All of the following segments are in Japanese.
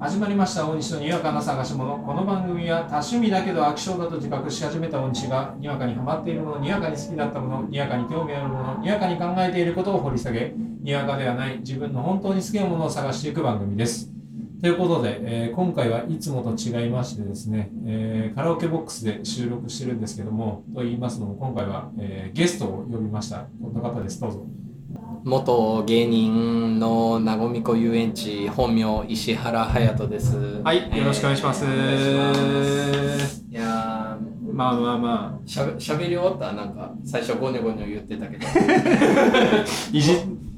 始まりました大西のにわかな探し物この番組は多趣味だけど飽き性だと自覚し始めた大西がにわかにハマっているものにわかに好きだったものにわかに興味あるものにわかに考えていることを掘り下げにわかではない自分の本当に好きなものを探していく番組ですということで、えー今回はいつもと違いましてですね、えーカラオケボックスで収録してるんですけどもと言いますのも今回は、えーゲストを呼びましたこの方ですどうぞ元芸人のなごみこ遊園地本名石原隼人ですはいよろしくお願いしますえーお願いしますいやまあまあまーしゃべしゃべり終わったらなんか最初ゴニョゴニョ言ってたけ どあいじ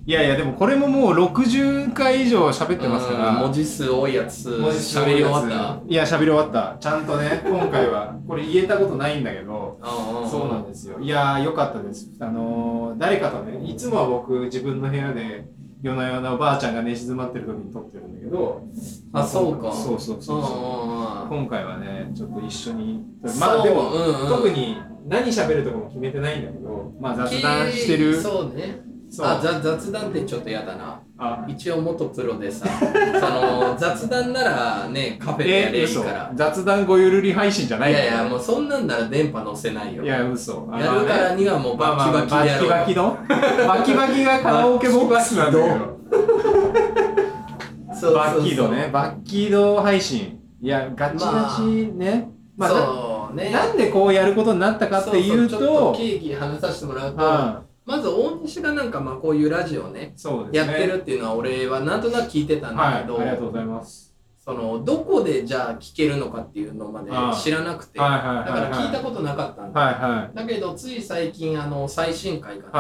いやいやでもこれももう60回以上喋ってますからうん文字数多いやつしゃべり終わったいや喋り終わったちゃんとね今回はこれ言えたことないんだけどそうなんですよいやーよかったですあのー誰かとねいつもは僕自分の部屋で夜な夜なおばあちゃんが寝静まってる時に撮ってるんだけどあそうかそうそうそうそうそ今回はねちょっと一緒にそうまあでも、うんうん特に何喋るとかも決めてないんだけどまあ雑談してるそうねそうあざ雑談ってちょっと嫌だなあ一応元プロ でさその雑談ならねカフェでやえりゃいい嘘から、雑談ごゆるり配信じゃないいやいやもうそんなんなら電波乗せないよいや嘘あやのるねからにはもうバッキバキでやろう、まあまあバキバキの バキバキがカラオケボックスなんだけどそうバそうそうッキードねバッキード配信いやガチガチね、まあそうねななんでこうやることになったかっていうそそちょっとと契機話させてもらうと、はまず大西がなんかまあこういうラジオねいそうでやすっねてるっていうのは俺はなんとなく聞いてたんはいだありけど、がとうございますそのどこでじゃあ聞けるのかっていうのまで知らなくて、はいはいだはかいら聞いたことなかったんだ、はいはだけどつい最近あの最新回かい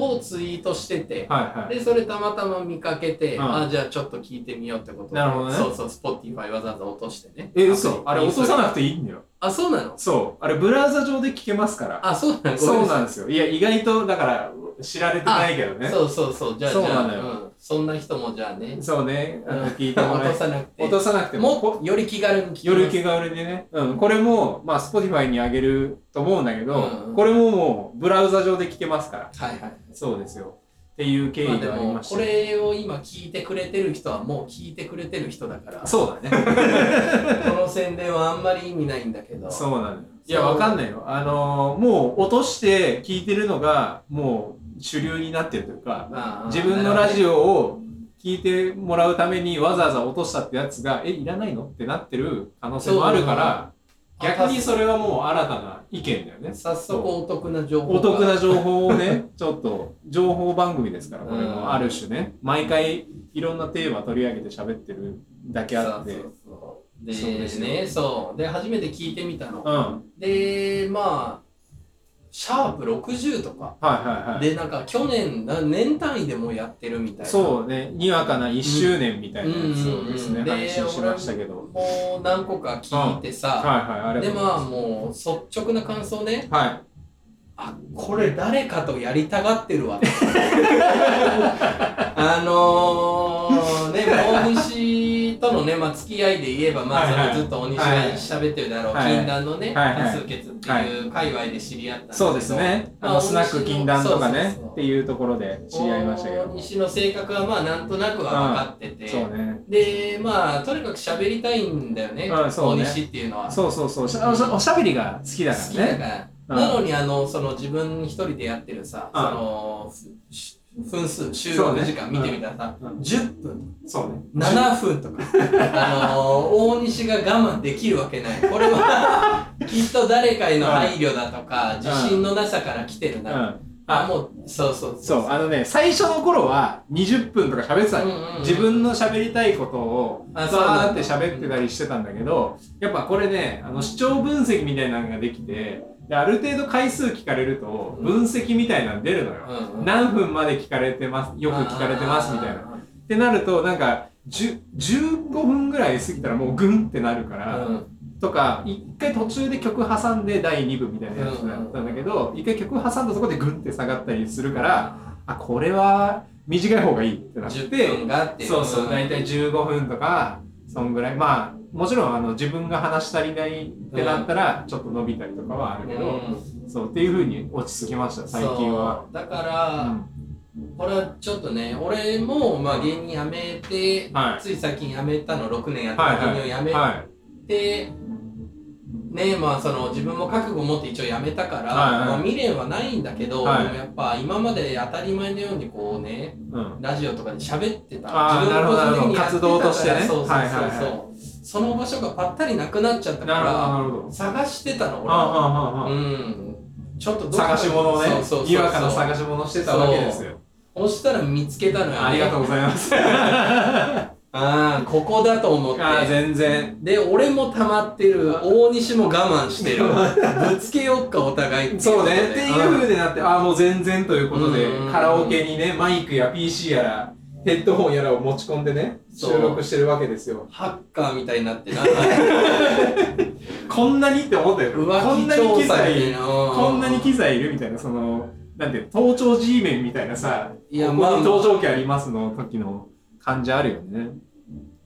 な、はをツイートしてて、いはいはいでそれたまたま見かけて、うんあじゃあちょっと聞いてみようってことでなるほどねそうそう Spotify わざわざ落としてねえ嘘あれ落とさいなくていいんだよあそうなのそうあれブラウザ上で聞けますからあそうなのそうなんのですよいや意外とだから知られてないけどねそうそうそうじゃあそうじゃなあのようん、そんな人もじゃあねそうねあうのん聞いてもら落え とさなくて落とさなくてももより気軽に聞きます夜気軽でね、うん、これも、まあ、Spotify にあげると思うんだけど、うんうんこれももう、ブラウザ上で聞けますから。はいはいそうですよ。っていう経まあ緯でがありもましこた。れを今聞いてくれてる人はもう聞いてくれてる人だからそうだ ね。この宣伝はあんまり意味ないんだけどそうなのよ。いや、そうわかんないよ。あのーもう、落として聞いてるのが、もう、主流になってるというか、まあ自分のラジオを聞いてもらうためにわざわざ落としたってやつが、え、いらないのってなってる可能性もあるから、そう逆にそれはもう新たな意見だよね。早速お得な情報がお得な情報をね、 ちょっと、情報番組ですから、これうんもある種ね、毎回いろんなテーマ取り上げて喋ってるだけあって、そううそうでそうですよねそうで初めて聞いてみたの、ん、はいでまあシャープ60とかはいはい。でなんか去年な年単位でもうやってるみたいなそうね、にわかな1周年みたいなやつうんをですね、うんうんうん配信しましたけど、もう何個か聞いてはいさ、はい、あれでも。まあもう率直な感想ねはい。あこれ誰かとやりたがって るわあのー、ね大西とのね、まあ、付き合いで言えば、まあはいはいそのずっと大西が喋ってるだろう、はい禁断のはね、いはい多数決っていう界隈で知り合ったんだけどそうですね、あまの、スナック禁断とかそうそうねそう、っていうところで知り合いましたけ大ど、西の性格はまあなんとなくは分かってて、そうね。でまあとにかく喋りたいんだよね,、うんそうね大西っていうのはそうそうそう、しゃおしゃおしゃべりが好きだ好かきらだね。から、うんなのにあのその自分一人でやってるさ、うんそのふし分数収そう録ね時間見てみたらさ、うん10分そうね。 7分とかあの大西が我慢できるわけないこれはきっと誰かへの配慮だとか、自信のなさから来てるうな、ん。あもうそうそうそう、あのね、最初の頃は20分とか喋ってたの、うんうんうん自分の喋りたいことをあバそうなんーっだて喋ってたりしてたんだけど、やっぱこれね、あの視聴分析みたいなのができて、である程度回数聞かれると、うん分析みたいなの出るのよ、うんうん何分まで聞かれてます、よく聞かれてますみたいな。ってなると、なんか、10 15分ぐらい過ぎたらもうグンってなるから、うんとか、一回途中で曲挟んで第2部みたいなやつだったんだけど、一回曲挟んだそこでグンって下がったりするから、あ、これは短い方がいいってなっ10て、分があってそうそう、ん大体15分とか、そんぐらい。まあ、もちろんあの自分が話し足りないってなったら、ちょっと伸びたりとかはあるけど、うんそうっていう風に落ち着きました、最近は。そうだから、うんこれはちょっとね俺もまあ芸人辞めてはつい最近辞めたの6年やい。ったは芸い。人をは辞い。めはい。てねまあその自分も覚悟を持って一応辞めたから、はいはいまあ、未練はないんだけど、はいでもやっぱ今まで当たり前のようにこうねうん。ラジオとかで喋ってたあー自分のなるほど個人的にやってたから活動としてねそうそうそうそう、はいはいはその場所がぱったりなくなっちゃったなるほど、なかるほどら。探してたの俺ああ、はああ、ああ。うんちょっとどっか探し物をねそうそうそうそうにわかの探し物をしてたわけですよそしたら見つけたのよ、ありがとうございますああここだと思っあーて全然で俺も溜まってる大西も我 慢してるぶつけよっかお互いっていそうねこってとでいう風になってあーもう全然ということでうんカラオケにねマイクや PC やらヘッドホンやらを持ち込んでねそう収録してるわけですよハッカーみたいになってなこんなにって思ったよ こん浮な気に調機査みたい材なこんなに機材いるみたいなそのなんて盗聴 G メンみたいなさいやここにまあ盗聴器ありますの時の感じあるよね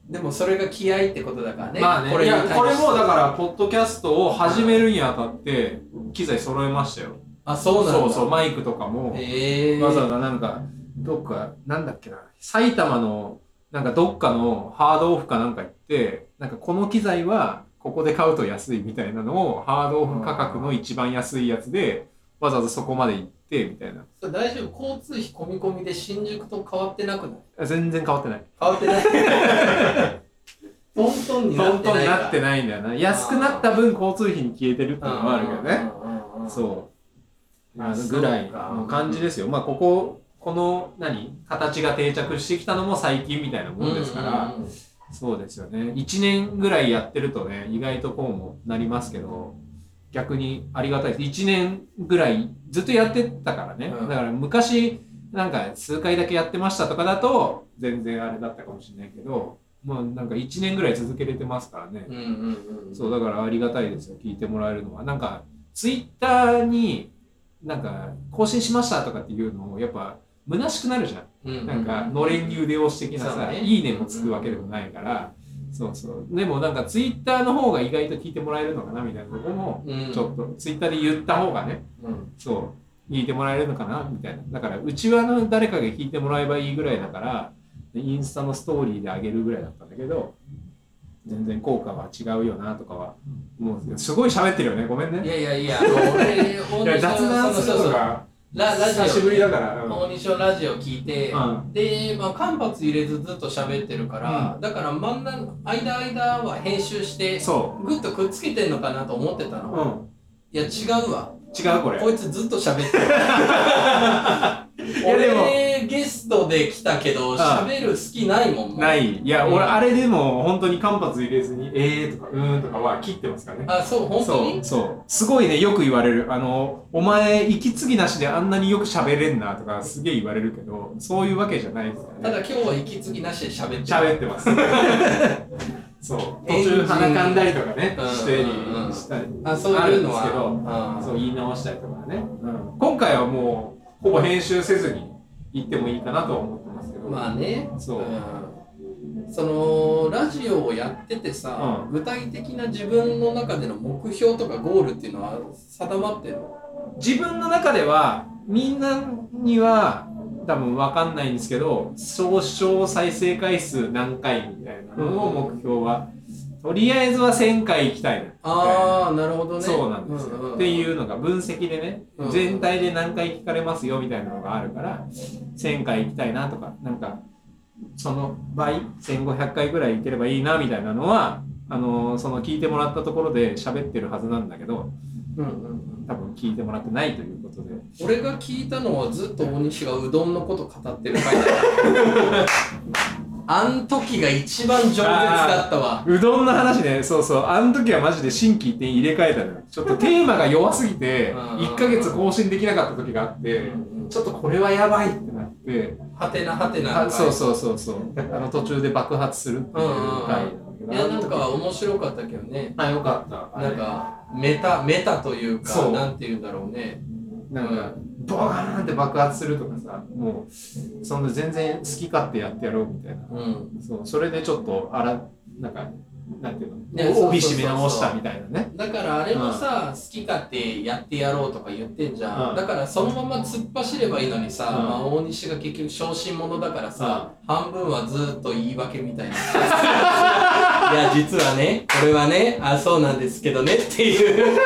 でもそれが気合いってことだからね,、まあね、ここれれにいや対してこれもだから、ポッドキャストを始めるにあたって、機材揃えましたよ。あそうなんだそうそう、マイクとかも、へえわざわざなんか、どっか、なんだっけな、埼玉の、なんかどっかのハードオフかなんか行って、なんかこの機材は、ここで買うと安いみたいなのを、ハードオフ価格の一番安いやつで、わざわざそこまで行って、みたいな。それ大丈夫交通費込み込みで新宿と変わってなくない全然変わってない。変わってない トントンになトっンてトンないにかなってないんだよな。安くなった分、交通費に消えてるっていうのもあるけどね。うんうんうんうんそう。ああのぐらいそうかの感じですよ。まあ、ここ、この、何形が定着してきたのも最近みたいなもんですから、うんうんうんそうですよね。1年ぐらいやってるとね、意外とこうもなりますけど、逆にありがたいです。1年ぐらいずっとやってたからね。うんだから昔、なんか数回だけやってましたとかだと、全然あれだったかもしれないけど、もうなんか1年ぐらい続けれてますからね。うんうんうんそうだからありがたいですよ聞いてもらえるのはなんかツイッターになんか更新しましたとかっていうのをやっぱ虚しくなるじゃん、うんうんなんかのれんに腕押し的なそうさ、ねいいねもつくわけでもないから、そうそうでもなんかツイッターの方が意外と聞いてもらえるのかなみたいなとこもうんちょっとツイッターで言った方がねうんそう聞いてもらえるのかなみたいなだからうちわの誰かが聞いてもらえばいいぐらいだからインスタのストーリーであげるぐらいだったんだけど全然効果は違うよなとかは思うんですけどすごい喋ってるよねごめんいねやいやいやあの俺い大や西雑談そするうそのうがララジオ久しぶりだから、うん大西のラジオ聞いて、うで、まあ、間髪入れずずっと喋ってるから、だから真ん中間間は編集してそグッとくっつけてんのかなと思ってたの、う、うん、いや違うわ違うこれこいつずっと 喋ってるいやでも俺ゲストで来たけどん喋る隙ないもんもうないいや、うん俺あれでも本当に間髪入れずに「えー」とか「うーん」とかは切ってますからねあそう本当にそうそうすごいねよく言われるあのお前息継ぎなしであんなによく喋れんなとかすげえ言われるけどそういうわけじゃないですからたねだ今日は息継ぎなしで喋ってる喋ってます そう途中鼻かんだりとかねうんしてうんうんしたりあそういうのはあるんうんですけどそう言い直したりとかね、うん今回はもうほぼ編集せずに言ってもいいかなとは思ってますけど、まあねそうんそのラジオをやっててさ、う具体的な自分の中での目標とかゴールっていうのは定まってるの自分の中ではみんなには多分分かんないんですけど総称再生回数何回みたいなのを目標は、とりあえずは1000回行きたいなみたいなああなるほどねそうなんですよ、ううんっていうのが分析でね、うん全体で何回聞かれますよみたいなのがあるから1000回行きたいなとかなんかその倍1500回ぐらい行ければいいなみたいなのはあのーその聞いてもらったところで喋ってるはずなんだけどうんうんうん多分聞いてもらってないということで俺が聞いたのはずっと大西がうどんのこと語ってる回 だあん時が一番饒舌だったわうどんの話ね、そうそう、あの時はマジで心機一転入れ替えたのよ。ちょっとテーマが弱すぎて、うん1ヶ月更新できなかった時があって、ちょっとこれはやばいってなって、はてなはてなあそうそうそうそう、あの途中で爆発するっていう回なんだけど、いやなんあのか面白かったけどね時あ、よかった。なんあかメタメタというそかうなんていうんだろうねれ、なんか、ボーンって爆発するとかさ、もう、そんな全然好き勝手やってやろうみたいな。うんそうそれでちょっとあらなんかなんていうねそうそうそうの帯締め直したみたいなねだからあれもさ、好き勝手やってやろうとか言ってんじゃん、うんだからそのまま突っ走ればいいのにさ、うんまあ、大西が結局小心者だからさ、半分はずっと言い訳み たいないや実はねこれはねあそうなんですけどねっていう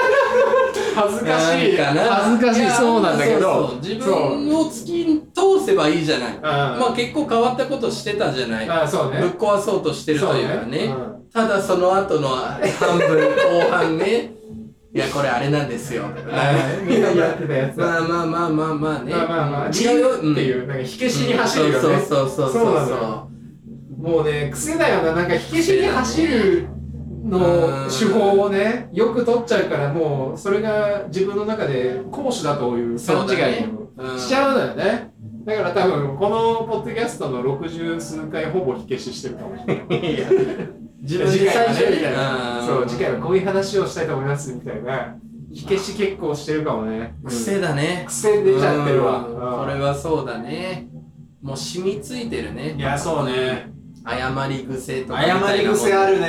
恥ずかしいなんかな恥ずかしいやそうなんだけどそうそう自そう分を突き通せばいいじゃない、ままあ結構変わったことしてたじゃない、あそうねぶっ壊そうとしてるというかねうんただその後の半分後半ね いやこれあれなんですよはいみんなやってたやつまあまあまあまあまあねまあまあまあん違うよっていうう、なんか火消んしに走るよね、そうそうそうそうそうなのそよもうね癖だよななんか火消しに走るの手法をねよく取っちゃうからもうそれが自分の中で講師だという勘違そうだねういんをしちゃうのよねだから多分このポッドキャストの60数回ほぼ火消ししてるかもしれな ういや自い分次回では最初ねみにたいなそう次回はこういう話をしたいと思いますみたいな火消し結構してるかもねうん癖だね癖出ちゃってるわうんうんそれはそうだねもう染みついてるねいやそうね謝り癖とかみたいな謝りもん癖あるね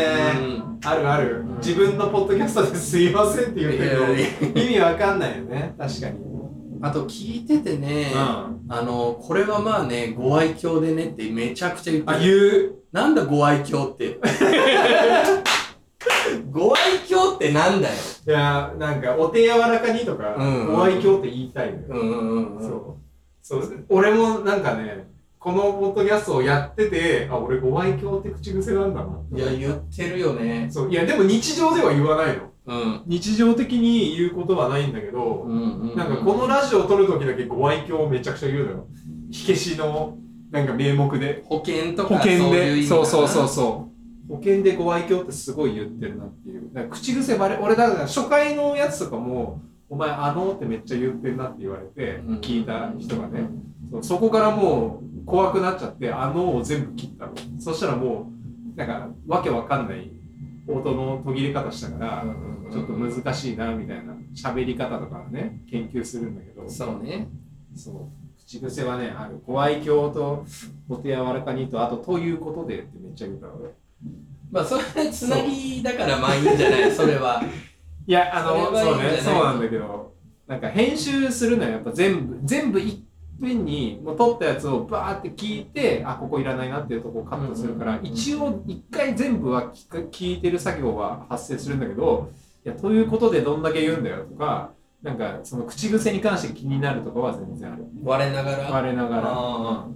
うんあるある、ん自分のポッドキャストですいませんって言ういやいけど意味わかんないよね確かに、あと聞いててね、ん、あのこれはまあねご愛嬌でねってめちゃくちゃ言ってある言うなんだご愛嬌って。 ご愛嬌ってなんだよ。いやなんかお手柔らかにとか、うんお愛嬌って言いたいのよ、うんうんうん。そうそう俺もなんかねこのポッドキャストをやっててあ俺ご愛嬌って口癖なんだなっていや、言ってるよね。そういやでも日常では言わないのうん。日常的に言うことはないんだけど、うんうん、うん。なんかこのラジオを撮るときだけご愛嬌をめちゃくちゃ言うのよ火消しのなんか名目で保険と保かそう険いう意で味かそなうそうそうそう保険でご愛嬌ってすごい言ってるなっていうだから口癖バレ俺だから初回のやつとかも「お前あの」ってめっちゃ言ってるなって言われてうん聞いた人がねそうそこからもう怖くなっちゃって「あの」を全部切ったのそしたらもうなんかわけわかんない音の途切れ方したからうんうんうんちょっと難しいなみたいな喋り方とかね研究するんだけどそうね。そう口癖はねあるご愛嬌とお手柔らかにとあと「ということで」ってめっちゃ言うから俺いまあ、それはつなぎだからまあいいんじゃないそれは。やあそのれはそういいんじゃないねそうなんだけどなんか編集するのはやっぱ全部全部いっぺんにもう撮ったやつをバーって聞いてあここいらないなっていうとこをカットするから、うんうんうん一応一回全部は聞く聞いてる作業は発生するんだけど「いやということでどんだけ言うんだよ」とかなんかその口癖に関して気になるとかは全然ある我ながら。我ながら。あ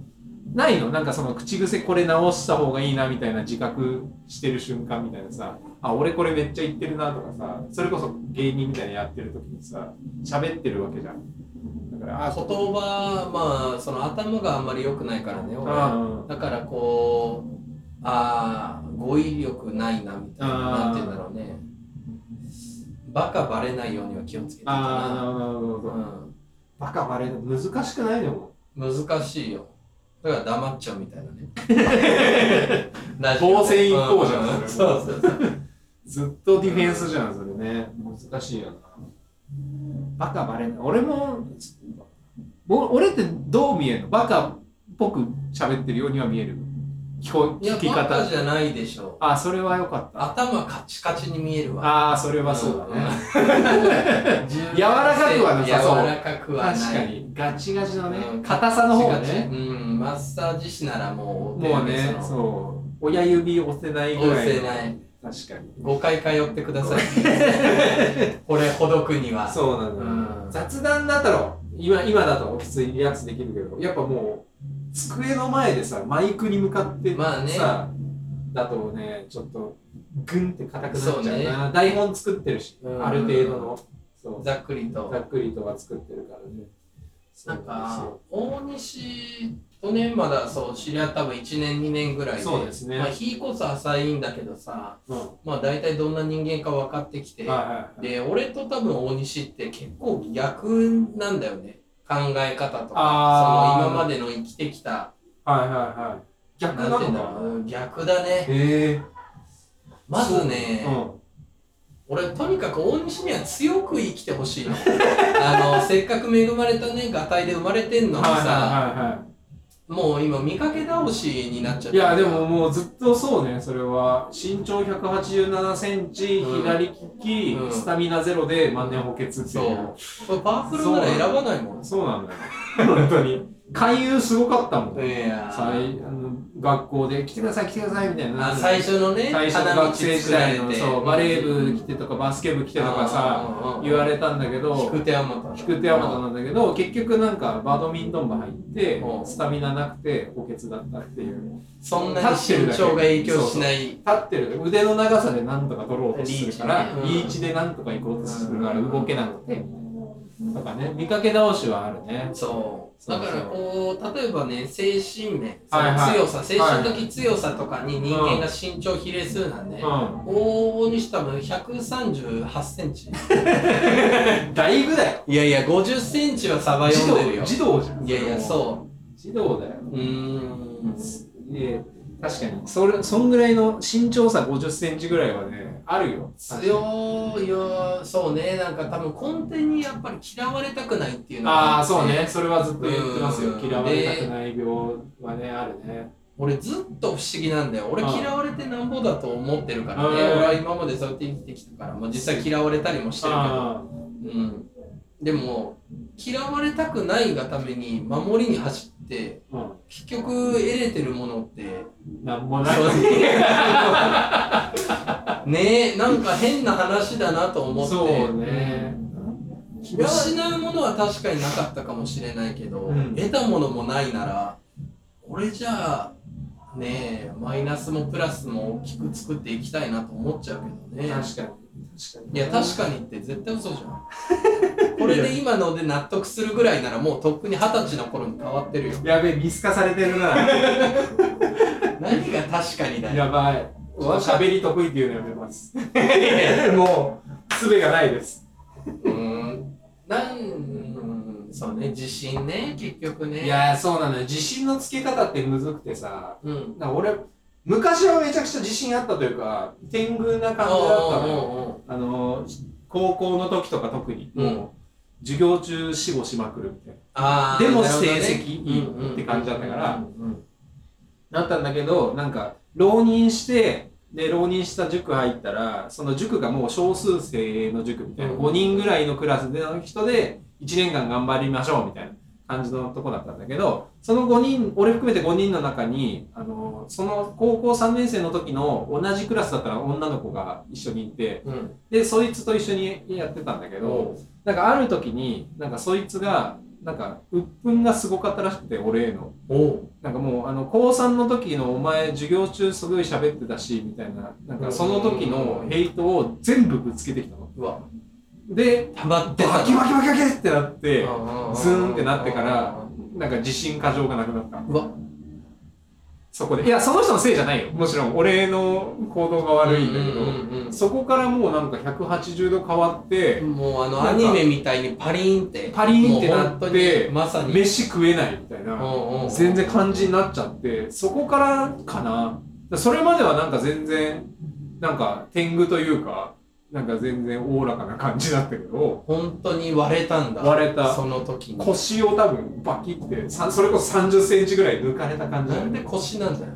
ないのなんかその口癖これ直した方がいいなみたいな自覚してる瞬間みたいなさあ俺これめっちゃ言ってるなとかさそれこそ芸人みたいにやってる時にさ喋ってるわけじゃんだからあ言葉、まあ、その頭があんまり良くないからね、俺。あだからこうああ語彙力ないなみたいなあーなんて言うんだろうねバカバレないようには気をつけてあたあな、あなるほうどバカバレる難しくないでもん、難しいよだから黙っちゃうみたいなね ラジオ防戦一方じゃんうそれそうそうそうずっとディフェンスじゃんそれね難しいよなバカバレない俺もぼ俺ってどう見えるのバカっぽく喋ってるようには見える聞こいや聞きバカ方じゃないでしょあそれは良かった頭カチカチに見えるわああそれはそうだね、ね 柔らかくはなさそう柔らかくはない確かにガチガチのねうん硬さの方がカチカチねうんマッサージ師ならもうもうねそのそう親指押せないぐらいの押せない確かに5回通ってくださいこれほどくにはそうなのよ、うん雑談だったら今今だと普通にリラックスできるけどやっぱもう机の前でさマイクに向かってさ、まあねだとねちょっとグンって硬くなっちゃうなそうね台本作ってるし、うんある程度のそうざっくりとざっくりとは作ってるからねなんそうか大西とねまだそう知り合ったぶん1年2年ぐらいでそうですねまあ、日こそ浅いんだけどさうんはまあ大体どんな人間か分かってきて、いはいはいで俺と多分大西って結構逆なんだよね考え方とかあーその今までの生きてきたはいはいはい。逆ななんていうんだのかろな。う逆だねへえ。まずね、うん。俺とにかく大西には強く生きてほしいの あのせっかく恵まれたねがたいで生まれてんのにさ、はいはいはいはい。もう今見かけ倒しになっちゃっいたや、でももうずっとそうね、それは。身長187センチ、うん左利き、うんスタミナゼロで万年補欠っていう。そうパープルなら選ばないもんそうなんだよ。 本当に。勧誘すごかったもん。いや最あの学校で来てください、来てくださいみたいな。あ最初のね最初の学生時代のそうバレー部来ててとかバスケ部来てとかさ言われたんだけ引どく手あまた引く手はまたなんだけど結局なんかバドミントン部入ってうんスタミナなくて補欠だったっていうそんなに身長が影響しない立ってる腕の長さでなんとか取ろうとするからリーチねうんリーチでなんとか行こうとするから動けなくてとかね見かけ倒しはあるねそうそうだからこう例えばね精神面そはいはのい強さ精神的強さとかに人間が身長比例するなんでう往々にして多分138センチんだいぶだよいやいや50センチはサバ児読んでる童よ児童じゃんいやいやうそ児童だよううーで確かにそれそんぐらいの身長差5 0ンチぐらいはねあるよんよーよーそうねなんか多分根底にやっぱり嫌われたくないっていうのあがあってそうねそれはずっと言ってますようん嫌われたくない病はねあるね俺ずっと不思議なんだよ俺うん嫌われてなんぼだと思ってるからねうん俺は今までそうやって生きてきたからもう実際嫌われたりもしてるけどあうんでも嫌われたくないがために守りに走ってあうん結局得れてるものってなんもないそうねえなんか変な話だなと思ってそうね嫌われ失うものは確かになかったかもしれないけど、うん得たものもないなら俺じゃあねえマイナスもプラスも大きく作っていきたいなと思っちゃうけどね確かに確かにいや確かにって絶対嘘じゃん これで今ので納得するぐらいならもうとっくに二十歳の頃に変わってる よやべえ見透かされてる な何が確かにだよやばいわか喋り得意っていうのやめます もう術がないですうーんなんうんそうね自信ね結局ねいやーそうなのよ自信のつけ方ってむずくてさうんなんか俺昔はめちゃくちゃ自信あったというか天狗な感じだったのよあの高校の時とか特に、うんもう授業中死後しまくるみたいあーでもなるほどね成績いいって感じだったからうんうんうんななったんだけどなんか浪人してで浪人した塾入ったらその塾がもう少数生の塾みたいな、うん5人ぐらいのクラスでの人で1年間頑張りましょうみたいな感じのとこだったんだけどその5人俺含めて5人の中にあのその高校3年生の時の同じクラスだったら女の子が一緒にいてうんでそいつと一緒にやってたんだけど、なんかある時になんかそいつがなんか鬱憤がすごかったらしくて俺へのおなんかもうあの高3の時のお前授業中すごい喋ってたしみたいななんかその時のヘイトを全部ぶつけてきたのうわで溜まってバキっバキバキバキってなってズーンってなってからうなんか自信過剰がなくなったわそこでいやその人のせいじゃないよもちろん俺の行動が悪いんだけど、ううんそこからもうなんか180度変わって、うんもうあのアニメみたいにパリーンってパリーンってなってもう本当にまさに飯食えないみたいな、うんうん全然感じになっちゃってそこからかなだそれまではなんか全然なんか天狗というかなんか全然おおらかな感じだったけど本当に割れたんだ割れたその時に腰を多分バキってさそれこそ3 0ンチぐらい抜かれた感じだなよんでね腰なんだよ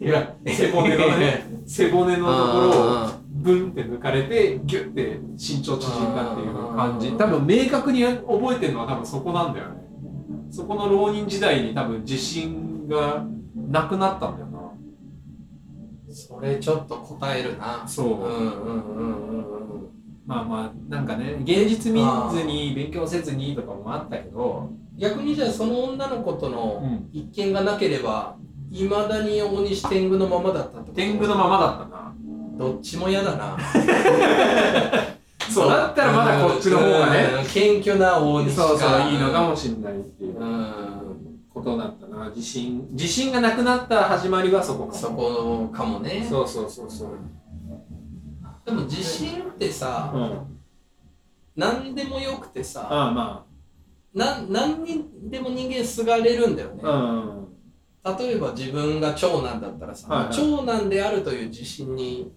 いや背骨のね背骨のところをあブンって抜かれてギュッて身長縮んだっていう感あじー多分明確に覚えてるのは多分そこなんだよねそこの浪人時代に多分自信がなくなったんだよなーそれちょっと答えるなそううんうんうんうんうんまあまあなんかね芸術見ずに勉強せずにとかもあったけど、逆にじゃあその女の子とうのん、一見がなければいまだに大西天狗のままだったってこと天狗のままだったなどっちも嫌だな そうだったらまだこっちの方がねうん謙虚な大西そうそういいのかももしれないっていううんことだったな自信自信がなくなった始まりはそこかそこかもねそうそうそうそう、でも自信ってさ、うん、あ何でもよくてさあまな何にでも人間すがれるんだよね、あうん例えば自分が長男だったらさ、はいはい長男であるという自信に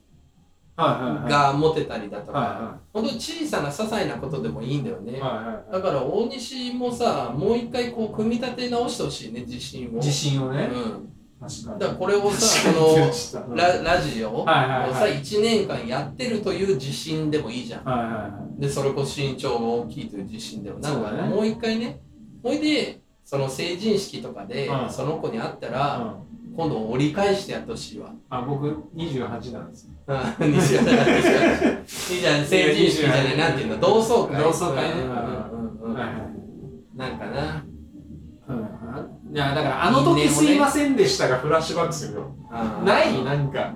はいはいはいが持てたりだとはか、本当に小さな些細なことでもいいんだよね。はいはいはだから大西もさ、もう一回こう組み立て直してほしいね、自信を。い自信をねうん。確かにだからこれをさ、 確かに言ってたこうのんララジオをはいはいはいさ、1年間やってるという自信でもいいじゃん。はいはいはいで、それこそ身長が大きいという自信でも。なんかそうだねもう一回ね、ほいで、その成人式とかでう、んその子に会ったら、うん今度折り返してやってほしいわ。あ僕28なんですうん、西田さん西田さん西田さん成人式じゃない、なん ていうの、同窓会。同窓会ねうんうんうはいんはいうんなんかな。うんいやだからあの時すいませんでしたがフラッシュバックするよあーないなんか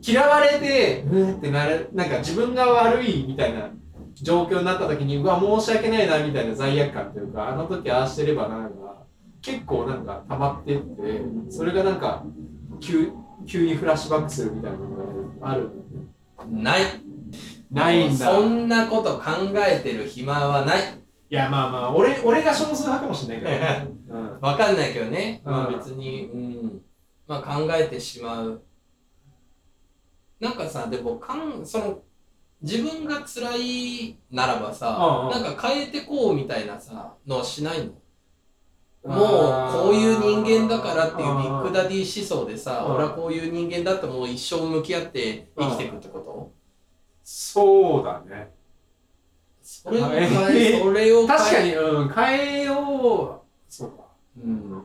嫌われてうーってなるなんか自分が悪いみたいな状況になった時にうわ申し訳ないなみたいな罪悪感というかあの時ああしてればなんか結構なんか溜まってってそれがなんか急急にフラッシュバックするみたいなのがあるない。ないんだそいんなこと考えてる暇はない。やまあまあ俺俺が少数派かもしれないけど、うんわかんないけどね。うんまあ別に、うん。まあ考えてしまう。なんかさ、でも、かん、その、自分が辛いならばうんさ、うなんんか変えてこうみたいなさ、のはしないのもあーうこういう人間だからっていうビッグダディ思想でさ、あー俺はこういう人間だってもう一生向き合って生きていくってことそうだねそれをえ変え、ーそれを変え、確かに、うん、変えようそうかうん。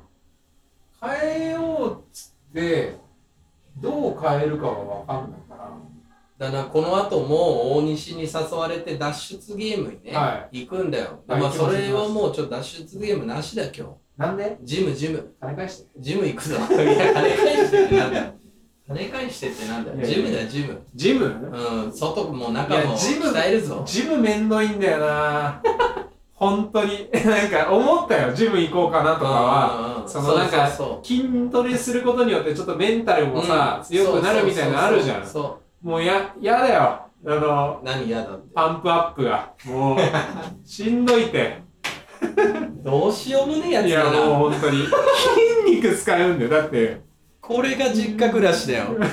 変えようっつってどう変えるかは分かんないかだからこの後も大西に誘われて脱出ゲームにね、は行くんだよ。はいま行あきまそすれはもうちょっと脱出ゲームなしだ今らなんで日。ジム、ジム。金返してジム行くぞ。いや、金返してってなんだよ。金返してってなんだいよ。やいやジムだよ、ジム。ジムうん、外もい中やもジム鍛えるぞ。ジムめんどいんだよ な本当になんか思ったよジム行こうかなとかうんうんうはんそのなんかそうそう筋トレすることによってちょっとメンタルもさ、うん強くなるみたいなのあるじゃんそうそうそうもうややだよあのそう何嫌だって。パンプアップがもう しんどいってどうしようもねえやいつやだもな。う本 当に筋肉使うんだよだってこれが実家暮らしだよ。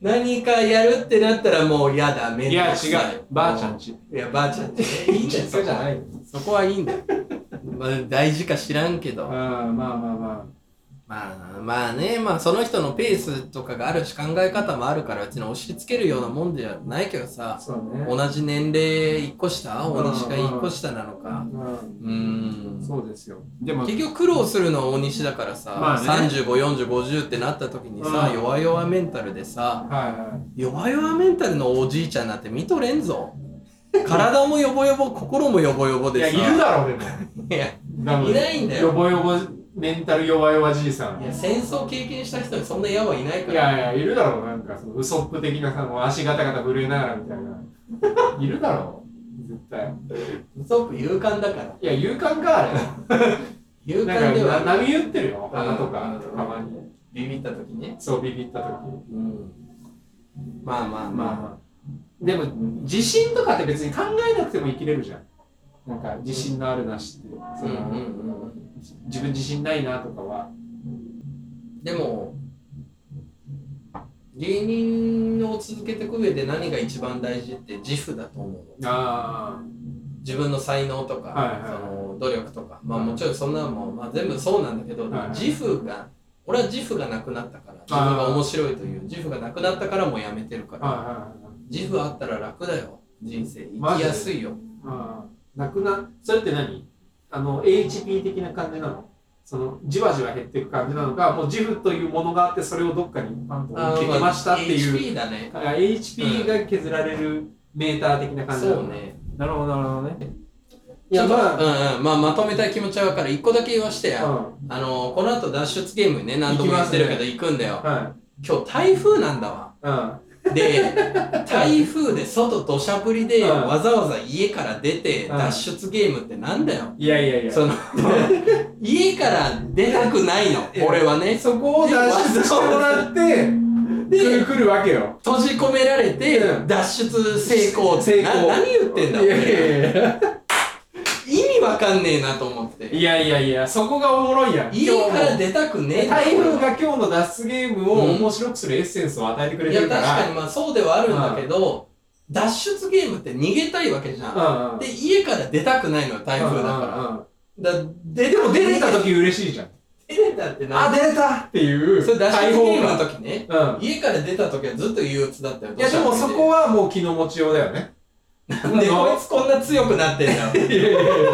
何かやるってなったらもう嫌だ、めいんどやくさ違うばあちゃんちいや、ばあちゃんち。いいんだよ、そこは。いそこはいいんだよ。まあ、大事か知らんけうんど。まあまあままあ、まあね、まあ、その人のペースとかがあるし、考え方もあるから、別に押し付けるようなもんではないけどあさ、そうね同じ年齢1個下うん大西が1個下なのか。うんうーん。そうですよでも結局苦労するのは大西だからさ、まあね3540ってなった時にさ、うん弱々メンタルでさはいはい弱々メンタルのおじいちゃんなんて見とれんぞ体もヨボヨボ心もヨボヨボいやでいさるだろでもいや多分いないんだよよぼよぼメンタル弱々じいさんいや戦争経験した人にそんなヤはいないかいらやいやいるだろなんかそのウソップ的なさもう足ガタガタ震えながらみたいないるだろ絶対ウソップ勇敢だからいや勇敢かあれ勇な敢んでかなは波打ってるよ鼻とうんかたまにビビった時ねそうビビった時うんまあままああままあ、でも自信とかって別に考えなくても生きれるじゃんなんか自信のあるなしってあその、うんうんうん自分自信ないなとかはでも芸人を続けていく上で何が一番大事って自負だと思うのあ自分の才能とか、はいはいはいその努力とかまあはいもちろんそんなのも、まあ、全部そうなんだけど、はいはい自負が俺は自負がなくなったから自分が面白いという自負がなくなったからもうやめてるかあらあ自負あったら楽だよ人生生マきジでやすいよあなくなそれって何あの HP 的な感じなのそのじわじわ減っていく感じなのかもう自負というものがあってそれをどっかにパンとあ置いてきましたっていう HP だねだから HP が削られるメーター的な感じなのそうねなるほどなるほどねいちょやっと、まあうんうんまあ、まとめたい気持ちは分かる一個だけ言わしてや、うんあのこの後脱出ゲームにね何度も言ってるけど行くんだよ、はい今日台風なんだわうん で台風で外土砂降りでうんわざわざ家から出てうん脱出ゲームってなんだよ、いやいやいやそ の家から出たくないのいや俺はねそこを脱出してもらって、でで、来るわけよ。閉じ込められてうん脱出成功成功な何言ってんだいやいやいや意味わかんねえなと思って。いやいやいや、そこがおもろいやん。家今日もから出たくねえ台風が今日の脱出ゲームを面白くするエッセンスを与えてくれいてや、る確から。かにまあそうではあるんだけど、脱出ゲームって逃げたいわけじゃん。うんうん。で、家から出たくないのは台う風だんかうんうんら。だえ、でも出てきたと時嬉しいじゃん。出れたってなあ、出れたっていう。それ脱出解ゲ放ーム感の時ね。うん。家から出た時はずっと憂鬱だったよ。いや、でもそこはもう気の持ちようだよ ね。なんでこいつこんな強くなってんだよ。いやいやいや。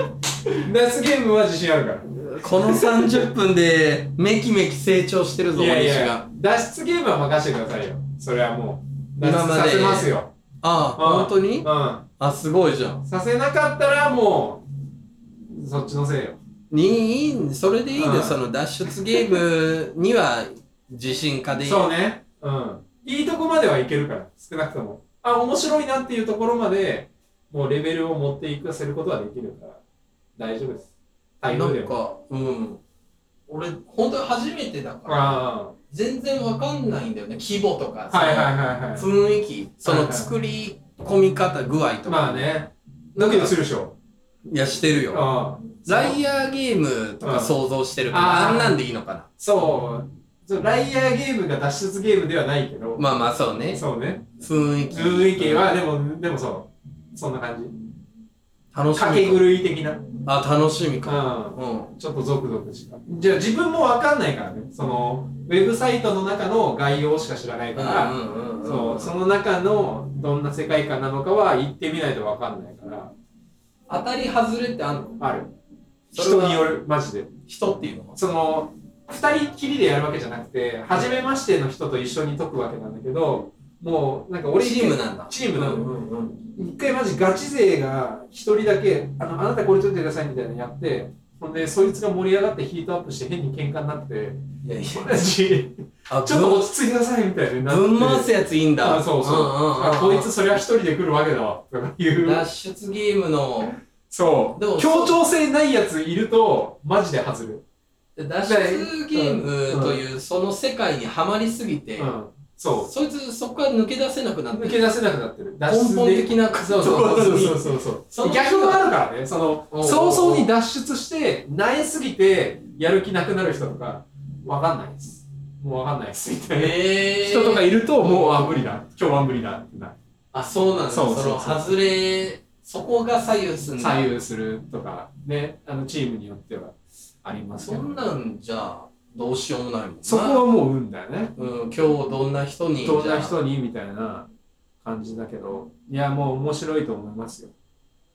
脱出ゲームは自信あるから。 この30分でめきめき成長してるぞ、いやい西やが。、脱出ゲームは任せてくださいよ。それはもう。脱今出までさせますよ。ああ、うん本当うにん。あ、すごいじゃん。させなかったらもう、そっちのせいよ。にいい、それでいいうんで、その脱出ゲームには自信家でいい。そうね。うん。いいとこまではいけるから、少なくとも。あ、面白いなっていうところまで、もうレベルを持っていかせることはできるから、大丈夫です。な台ん風でも。か、うん。俺、本当に初めてだから、あ全然わかんないんだよね。規模とかあ。さ、はいはいはいは雰囲気、そはいのはい作り込み方、具合い。とか。まあね。ドキドキするでしょ。いや、してるよ。うん。ライアーゲームとか想像してるから、うんあんなんでいいのかな。そう。そうライアーゲームが脱出ゲームではないけど、まあまあ、そうね。そうね。雰囲気。雰囲気は、でも、でもそう。そんな感じ。楽しみか掛け狂い的な。うあ、楽しみか。ん。うん。ちょっとゾクゾクした。じゃあ自分もわかんないからね。その、ウェブサイトの中の概要しか知らないから、うんそう、その中のどんな世界観なのかは行ってみないとわかんないから、当たり外れってあんのある。それは人による、マジで。人っていうのはその、二人きりでやるわけじゃなくて、初めましての人と一緒に解くわけなんだけど、もう、なんか俺、チームなんだ。チームなのうんうんうん一回マジガチ勢が一人だけあの、あなたこれ取ってくださいみたいなのやって、ほんで、そいつが盛り上がってヒートアップして変に喧嘩になって、いやいや。同じ。あ、ちょっとぶ落ち着いてくださいみたいになって。ん、ぶん回すやついいんだ。あ、そうそう。んんんあ、こいつそりゃ一人で来るわけだわ。とかいう。脱出ゲームの、そう。でも協調性ないやついると、マジで外れる。脱出ゲームというその世界にはまりすぎてう、ん。そそいつそこから抜け出せなくう。なって抜るけ出せなくなってる。脱根出本で。的なそうそうそうそうそうそうその逆もあるからね。そおうおの、う早々に脱出して、慣れすぎて、やる気なくなる人とか、わかんないです。もうわかんないです。みたいな。えー人とかいると、もう、あ、無理だ。今日は無理だ。ってなあ、そうなんだ。そそうそうそうの外れ、そこが左右すんだ。左右するとか、ね、あのチームによってはありますけそどんなんじゃ、どうしようもないもんな。そこはもう運だよね。うん、今日どんな人にどんなじゃあ人にみたいな感じだけど、いや、もう面白いと思いますよ。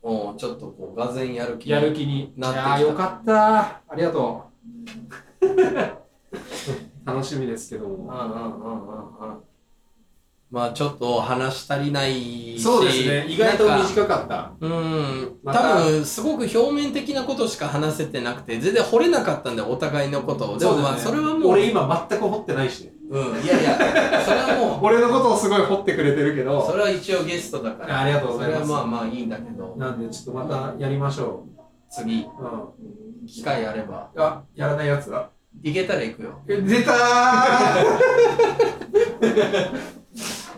もうちょっとこう、がぜんやる気やる気になってきいやたーよかったありがとう。 楽しみですけどうんも。うんうんうんうんまあちょっと話し足りないしそうですね、意外となんか短かった。うんま多た分すごく表面的なことしか話せてなくて全然掘れなかったんでお互いのことをでもうだまねあそれはもう俺今全く掘ってないしね、うんいやいやそれは も俺のことをすごい掘ってくれてるけうそど、れは一応ゲストだからありがとうございますそれはまあまあいいんだけどなんでちょっとまたやりましょ次う。うん。機会あればあ、やらないやつだ。行けたら行くよ出たー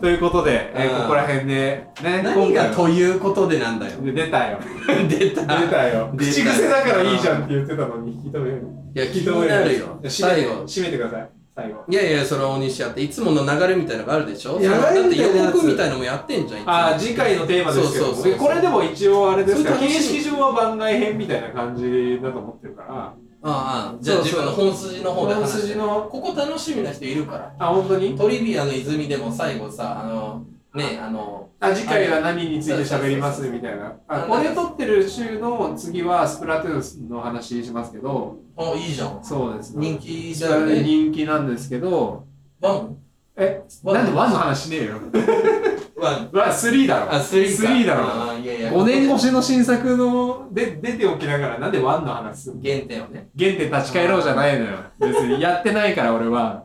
ということで、えーうんここら辺で、ね、何が今ということでなんだよ回は出たよ。 出た 出たよ。出た 口癖だからいいじゃんって言ってたのに引き止める。いや引気きに止めなるよ締め最て、後締めてください。最後。いやいや、それは大西やって、いつもの流れみたいなのがあるでしょいやその流れだっみてたいなやつ予告みたいのもやってんじゃん、いつもあー次回のテーマですけどそうそうそうそうこれでも一応あれですからそれ形楽しみ式上は番外編みたいな感じだと思ってるからああああ、じゃあそう自そう分の本筋の方で話して本筋のここ楽しみな人いるから。あ本当にトリビアの泉でも最後さ、あの、ね、あの、あ次回は何について喋りますみたいなあこれ撮ってる週の次はスプラトゥーンの話しますけどあ、いいじゃん。そうですね。人気だよね。人気なんですけど、ワンえ、ワンなんでワンの話しねえよ。ワン。ワン、スリーだろ。あ、スリーか。スリーだろ。ああ、いやいや。 5年越しの新作ので出ておきながら、なんでワンの話するの原点をね。原点立ち返ろうじゃないのよ。別にやってないから俺は。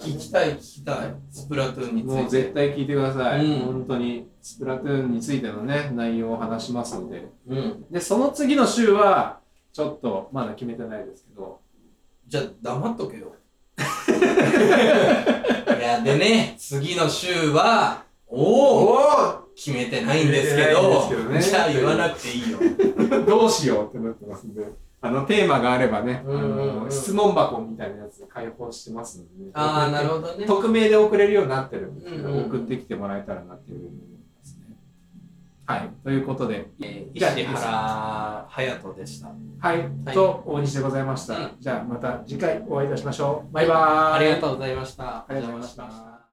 聞きたい、聞きたい。スプラトゥーンにつもうい絶て。対聞いてください。うん本当に。スプラトゥーンについてのね、内容を話しますので。うん。で、その次の週は、ちょっとまだ決めてないですけど、じゃあ黙っ とけよ。いや、でね、次の週は、おおお決めてないんですけ決めてないんでど、すけどねじゃあ言わなくていいよ。どうしようってなってますんで、あの、テーマがあればね、あうんうんうのん質問箱みたいなやつで開放してますのでね、ああ、なるほどね。匿名で送れるようになってるんですけど、うんうん送ってきてもらえたらなっていうふうに思いますね。はい、ということで、えー、石原隼人でした。はい、はいと大西でございました。うんじゃあまた次回お会いいたしましょう。バイバーイ。ありがとうございました。ありがとうございました。